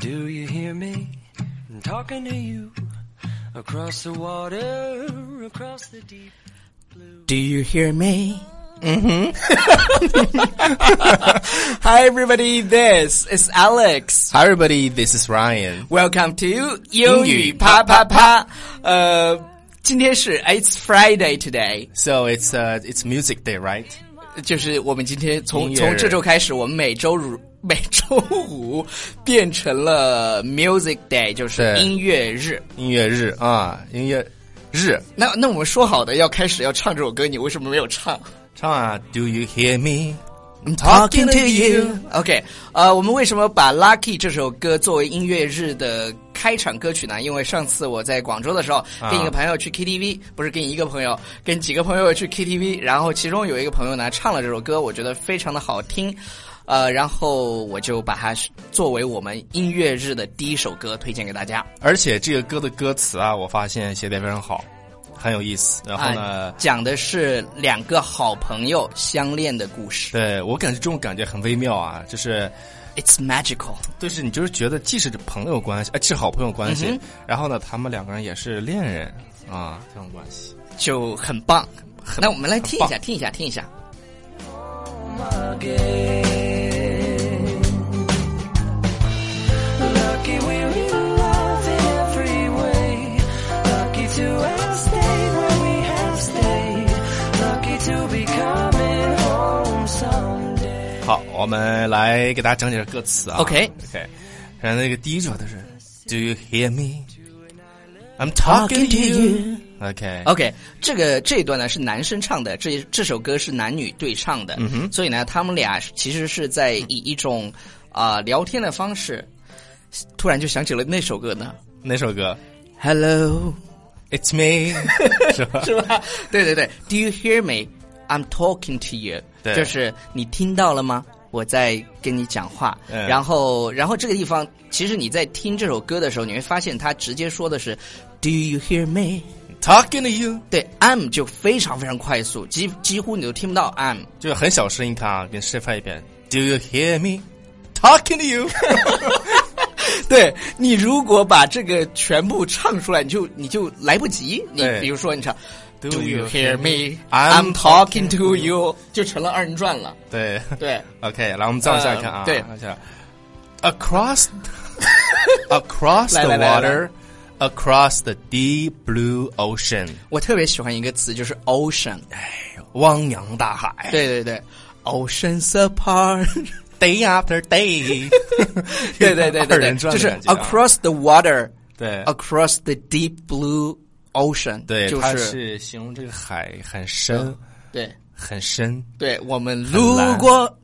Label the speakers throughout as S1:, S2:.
S1: Do you hear me? I'm talking to you across the water, across the deep blue.
S2: Do you hear me? Mm-hmm. Hi, everybody. This is Alex.
S3: Hi, everybody. This is Ryan.
S2: Welcome to 英语啪啪啪。呃，Uh, 今天是 It's Friday today，
S3: So it's uh, it's music day, right?
S2: 就是我们今天从
S3: 音乐
S2: 从
S3: 日
S2: 这周开始，我们每周五 每周五变成了 Music Day，就是
S3: 对
S2: 音乐日。
S3: 音乐日啊，音乐日
S2: 那那我们说好的要开始要唱这首歌，你为什么没有唱？
S3: 唱啊，Do you hear me? I'm
S2: 嗯 Talking to you。OK，呃，我们为什么把《Lucky》这首歌作为音乐日的开场歌曲呢？因为上次我在广州的时候，
S3: 啊
S2: 跟一个朋友去 KTV，、不是跟一个朋友，跟几个朋友去 KTV，然后其中有一个朋友呢唱了这首歌，我觉得非常的好听。呃，然后我就把它作为我们音乐日的第一首歌推荐给大家。
S3: 而且这个歌的歌词啊，我发现写的非常好，很有意思。然后呢，
S2: 啊讲的是两个好朋友相恋的故事。
S3: 对我感觉这种感觉很微妙啊，就是。
S2: It's magical。
S3: 就是你就是觉得既是朋友关系，呃，既是好朋友关系，
S2: 嗯
S3: 然后呢，他们两个人也是恋人啊，这种关系。
S2: 就很棒。那我们来听一下，
S3: 很
S2: 听一下，听一下。
S1: again. Lucky we're in love every way. Lucky to have stayed where we have stayed. Lucky to be coming home someday.
S3: 好，我们来给大家讲解歌词啊。
S2: OK
S3: OK，然后那个第一句话它是 Do you hear me? I'm talking to you. OK，
S2: OK，这个这一段呢是男生唱的，这这首歌是男女对唱的，
S3: 嗯
S2: 所以呢，他们俩其实是在以一种啊、聊天的方式，突然就想起了那首歌 呢
S3: 哪首歌
S2: ，Hello，
S3: ？It's me，是吧？
S2: 是吧？对对对，Do you hear me? I'm talking to you，
S3: 对
S2: 就是你听到了吗？我在跟你讲话，
S3: 嗯
S2: 然后，然后这个地方，其实你在听这首歌的时候，你会发现他直接说的是 “Do you hear me”，
S3: Talking to you，
S2: 对，I'm 就非常非常快速，几几乎你都听不到 I'm。
S3: 就是很小声，你看啊，给你示范一遍。Do you hear me? Talking to you，
S2: 对你如果把这个全部唱出来，你就你就来不及。你
S3: 对
S2: 比如说你唱
S3: Do
S2: Do you
S3: you
S2: hear
S3: hear
S2: me?
S3: me? I'm
S2: I'm talking
S3: talking
S2: to
S3: to
S2: you，就成了二人转了。
S3: 对
S2: 对，
S3: ，OK，来我们再往下看啊，
S2: 呃对
S3: 往下，Across across
S2: 来
S3: the
S2: 来来来
S3: water, across the deep blue ocean，
S2: 我特别喜欢一个词，就是 ocean。
S3: 汪洋大海。
S2: 对对对，oceans apart。
S3: Day after day，
S2: 对对对对
S3: 二
S2: 对，
S3: 人转
S2: 就
S3: 的
S2: 是
S3: 感觉啊
S2: across the water，
S3: 对
S2: ，across the deep blue ocean。
S3: 对，
S2: 就
S3: 它
S2: 是嗯
S3: 是形容这个海很深，
S2: 对。
S3: 很深。
S2: 对我们路
S3: 很蓝
S2: 过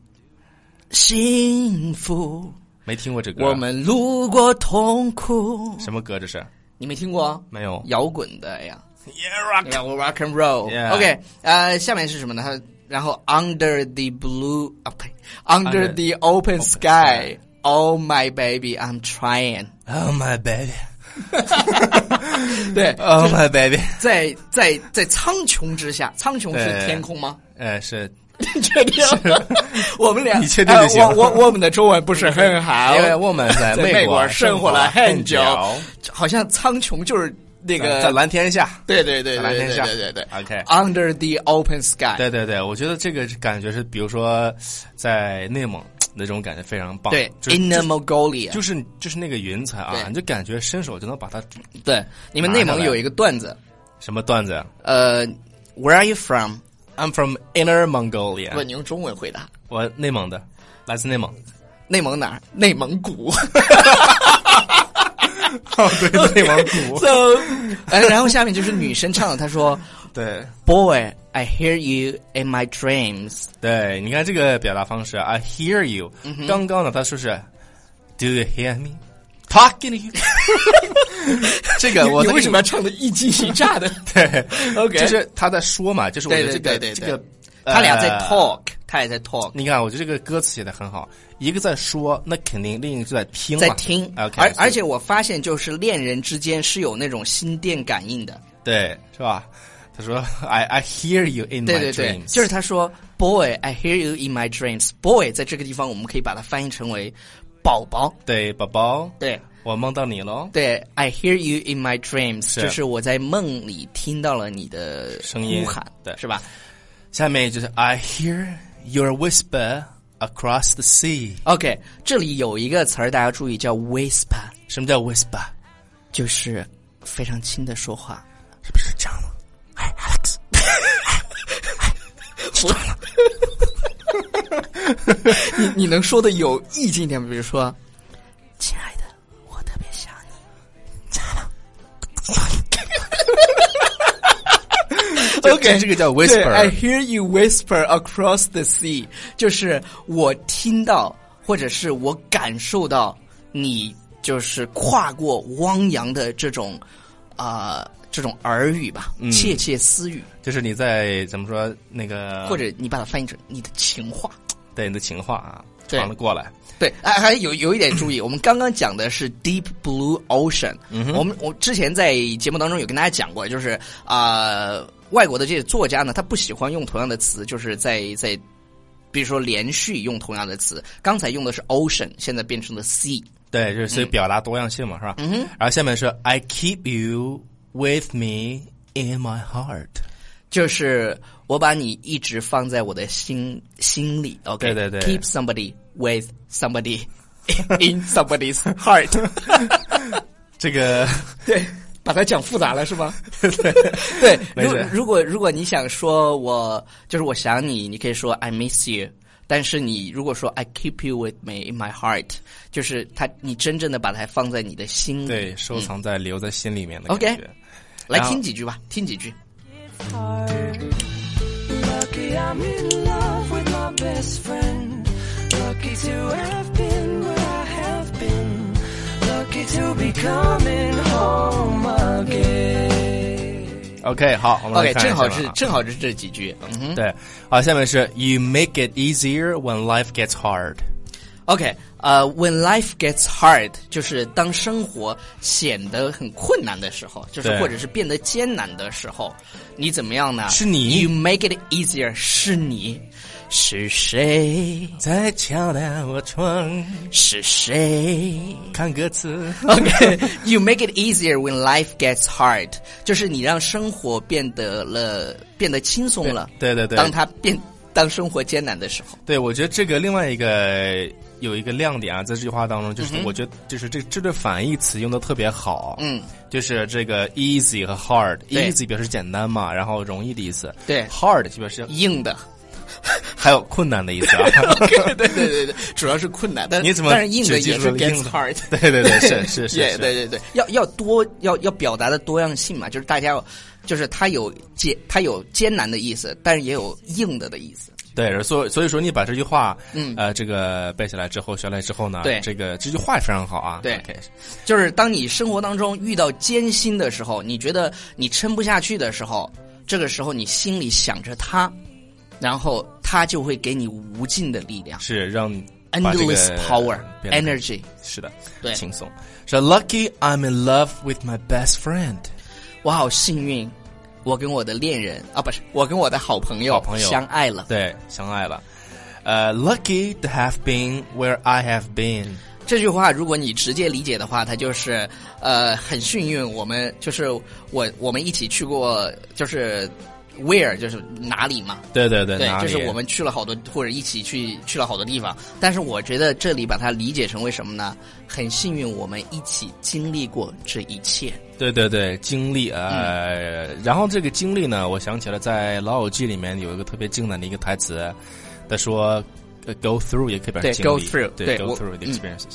S2: 幸福，
S3: 没听过这歌啊，
S2: 我们路过痛苦。
S3: 什么歌这是？
S2: 你没听过？啊
S3: 没有
S2: 摇滚的呀，
S3: Yeah,
S2: 哎呀，我 rock and roll。
S3: Yeah
S2: OK，呃，下面是什么呢？它然后 under the blue，啊不对，under the open sky。Oh my baby, I'm trying。
S3: Oh my baby,
S2: 对，
S3: Oh my baby，
S2: 在在在苍穹之下，苍穹是
S3: 对
S2: 天空吗？
S3: 呃，是
S2: 你确定？我们俩，
S3: 你确定
S2: 哎
S3: 就行
S2: 我我我们的中文不是很好，
S3: 因为我们在
S2: 在
S3: 美
S2: 国
S3: 生
S2: 生活了很
S3: 很
S2: 久，好像苍穹就是那
S3: 在
S2: 个
S3: 在蓝天下。
S2: 对对对对
S3: 在蓝
S2: 对
S3: 天下
S2: 对对对
S3: OK
S2: Under the open sky，
S3: 对对对，我觉得这个感觉是，比如说在内蒙那种感觉非常棒。
S2: 对
S3: 哦就是
S2: ，Inner Mongolia，
S3: 就是就是那个云彩啊，
S2: 对
S3: 你就感觉伸手就能把它
S2: 对，你们内
S3: 拿下
S2: 蒙
S3: 来
S2: 有一个段子，
S3: 什么段子呀
S2: 呃，Where are you from？
S3: ？I'm from Inner
S2: 不，
S3: Mongolia，
S2: 你用中文回答。
S3: 我内蒙的，来自内蒙。
S2: 内蒙哪儿？内蒙古。
S3: 哦，对， 内蒙古，
S2: so，呃，然后下面就是女生唱的，她说
S3: 对
S2: ：“Boy, I hear you in my dreams。”
S3: 对，你看这个表达方式啊，I hear you。刚
S2: 嗯
S3: 刚呢，他说是 Do you hear me talking to you？这个我
S2: 你
S3: 在
S2: 为什么要唱的一惊一 乍的？
S3: 对
S2: OK
S3: 就是他在说嘛，就是我觉得这
S2: 对
S3: 个
S2: 对对
S3: 这
S2: 对
S3: 个
S2: 他俩在。
S3: 呃
S2: talk，他俩在 talk，
S3: 你看，我觉得这个歌词写的很好，一个在说，那肯定另一个就在听嘛，
S2: 在听。
S3: OK，
S2: 而
S3: 所以
S2: 而且我发现，就是恋人之间是有那种心电感应的。
S3: 对，是吧？他说 I I hear you in
S2: 对
S3: my
S2: 对对，
S3: dreams，
S2: 就是他说，Boy，I hear you in my dreams。Boy，在这个地方我们可以把它翻译成为宝宝，
S3: 对，宝宝，
S2: 对
S3: 我梦到你喽，
S2: 对，I hear you in my dreams，
S3: 是
S2: 就是我在梦里听到了你的
S3: 声音
S2: 呼喊，
S3: 对
S2: 是吧？
S3: 下面就是 I hear your whisper across the sea。
S2: OK，这里有一个词儿，大家注意，叫 whisper，
S3: 什么 叫 whisper？
S2: 就是非常轻的说话。
S3: 是不是这样的？
S2: 你你能说的有意境一点，比如说，亲爱的，我特别想你，咋了？OK，
S3: 这个叫
S2: 对
S3: whisper
S2: I hear you whisper across the sea，就是我听到或者是我感受到你就是跨过汪洋的这种啊、呃这种耳语吧，窃窃私语，
S3: 就是你在怎么说那个，
S2: 或者你把它翻译成你的情话。
S3: 对你的情话啊，
S2: 对
S3: 传了过来。
S2: 对，哎，还有有一点 注意，我们刚刚讲的是 Deep Blue Ocean，、我
S3: 嗯
S2: 们我之前在节目当中有跟大家讲过，就是啊、呃外国的这些作家呢，他不喜欢用同样的词，就是在在，比如说连续用同样的词，刚才用的是 ocean，现在变成了 sea，
S3: 对，就是所以表达多样性嘛，是吧？
S2: 嗯哼，
S3: 然后下面是 I keep you with me in my heart。
S2: 就是我把你一直放在我的心心里，OK，
S3: 对对对
S2: ，keep somebody with somebody in somebody's heart，
S3: 这个
S2: 对，把它讲复杂了是 吗？对，
S3: 没事
S2: 如如果如果你想说我就是我想你，你可以说 I miss you。但是你如果说 I keep you with me in my heart，就是他你真正的把它放在你的心里。
S3: 对，收藏在、留在心里面
S2: 嗯
S3: 的感
S2: OK
S3: 觉。
S2: 来
S3: 然后
S2: 听几句吧，听几句。
S1: Lucky I'm in love with my best friend. Lucky to have been where I have been. Lucky to be coming home again.
S3: OK，好，我们来
S2: OK，
S3: 看一
S2: 正
S3: 下
S2: 好
S3: 吧
S2: 是
S3: 啊
S2: 正好是这几句。嗯哼
S3: 对，好，下面是 You make it easier when life gets hard。
S2: OK，呃、w h e n life gets hard，就是当生活显得很困难的时候，就是
S3: 对
S2: 或者是变得艰难的时候，你怎么样呢？
S3: 是你
S2: ，You make it easier，是你，是谁？
S3: 在敲打我窗，
S2: 是谁？
S3: 看歌词。
S2: OK，you、make it easier when life gets hard，就是你让生活变得了变得轻松了。
S3: 对对对
S2: 当它变当生活艰难的时候，
S3: 对，我觉得这个另外一个有一个亮点啊，在这句话当中，就是我觉得就是这这对反义词用的特别好。
S2: 嗯，
S3: 就是这个 easy 和 hard。
S2: 对
S3: easy 表示简单嘛，然后容易的意思。
S2: 对嗯
S3: ，hard 就表示
S2: 硬的。
S3: 还有困难的意思啊。
S2: 对对对对，主要是困难，但
S3: 你怎么
S2: 但是硬的
S3: 只记
S2: 也
S3: 住
S2: 是
S3: 了
S2: gets
S3: 硬的
S2: hard。
S3: 对对对，是 是是
S2: Yeah，
S3: 是。
S2: 对对对，要要多要要表达的多样性嘛，就是大家要，就是它有艰它有艰难的意思，但是也有硬的的意思。
S3: 对，所以所以说你把这句话，
S2: 嗯
S3: 呃，这个背下来之后，学来之后呢，
S2: 对
S3: 这个这句话非常好啊。
S2: 对
S3: OK
S2: 就是当你生活当中遇到艰辛的时候，你觉得你撑不下去的时候，这个时候你心里想着他，然后他就会给你无尽的力量
S3: 是让把这个
S2: ，endless power
S3: 变得
S2: energy。
S3: 是的，
S2: 对
S3: 轻松。So lucky I'm in love with my best friend。
S2: 我好幸运，我跟我的恋人啊，不是我跟我的好朋友
S3: 好朋友
S2: 相爱了。
S3: 对，相爱了。呃、l u c k y to have been where I have been。
S2: 这句话，如果你直接理解的话，它就是呃，很幸运，我们就是我我们一起去过，就是 where 就是哪里嘛，
S3: 对对对，
S2: 对
S3: 哪，
S2: 就
S3: 里
S2: 是我们去了好多，或者一起去去了好多地方。但是我觉得这里把它理解成为什么呢？很幸运，我们一起经历过这一切。
S3: 对对对经历呃、
S2: 嗯
S3: 然后这个经历呢，我想起了在《老友记》里面有一个特别经典的一个台词，他说呃 “go through” 也可以表示
S2: 对
S3: 经历
S2: ，go through，
S3: 对
S2: 对
S3: go
S2: 我
S3: through the
S2: 嗯
S3: experiences。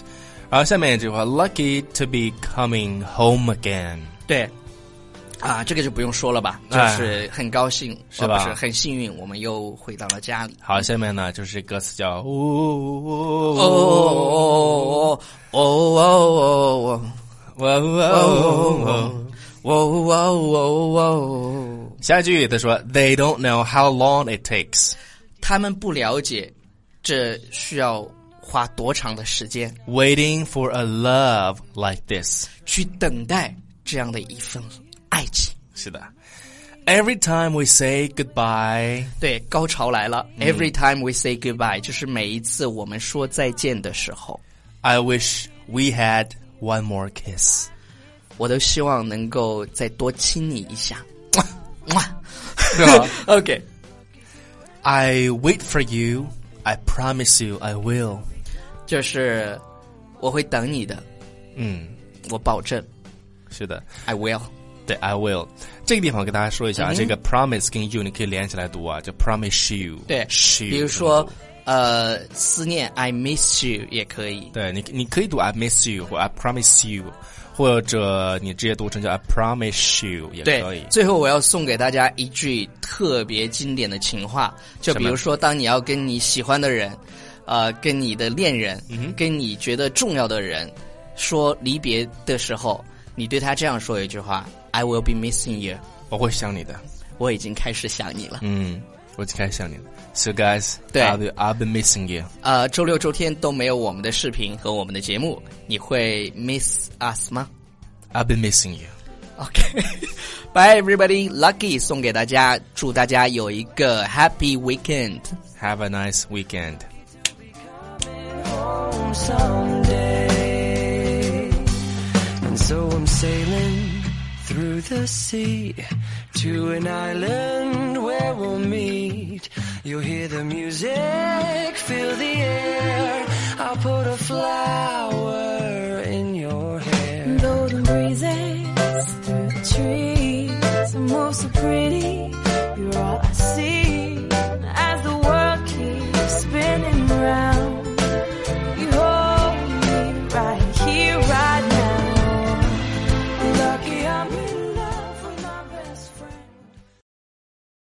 S3: 然后下面一句话，lucky to be coming home again。
S2: 对，啊，这个就不用说了吧，就
S3: 哎
S2: 是很高兴，
S3: 是
S2: 啊
S3: 吧
S2: 不是很幸运，我们又回到了家里。
S3: 好，下面呢就是歌词叫呜
S2: 哦哦哦哦哦哦
S3: 哇哇
S2: 哦
S3: 哦！
S2: 哦哦哦哦！
S3: 下一句他说，They don't know how long it takes。
S2: 他们不了解这需要花多长的时间
S3: Waiting for a love like this，
S2: 去等待这样的一份爱情。
S3: 是的。Every time we say goodbye，
S2: 对，高潮来了。Every time we say goodbye，就是每一次我们说再见的时候。
S3: I wish we had one more kiss。
S2: 我都希望能够再多亲你一下。嗯
S3: 对
S2: 啊
S3: 吧
S2: OK，
S3: ？I wait for you. I promise you, I will。
S2: 就是我会等你的，
S3: 嗯，
S2: 我保证
S3: 是的，
S2: ，I will。
S3: 对，I will。这个地方我跟大家说一下，啊，这个 promise 跟 you 你可以连起来读啊，叫 promise you。
S2: 对，
S3: ，you。
S2: 比如说，呃，思念，I miss you 也可以。
S3: 对你，你可以读 I miss you 或 I promise you，或者你直接读成叫 I promise you 也可以
S2: 对，。最后我要送给大家一句特别经典的情话，就比如说，当你要跟你喜欢的人，呃，跟你的恋人，
S3: 嗯
S2: 跟你觉得重要的人说离别的时候，你对他这样说一句话：“I will be missing you。
S3: 我会想你的，”
S2: 我已经开始想你了。
S3: 嗯，我就开始想你了。So guys，
S2: 对
S3: i will- I've been missing you。
S2: 呃，周六周天都没有我们的视频和我们的节目，你会 miss us 吗
S3: I've been missing you。
S2: ？OK，Bye everybody, Lucky 送给大家，祝大家有一个 Happy Weekend。
S3: Have a nice weekend。
S4: home someday. And so I'm sailing through the sea to an island where we'll meet. You'll hear the music, feel the air. I'll put a flower in your hair.
S1: Golden breezes through the trees are most so pretty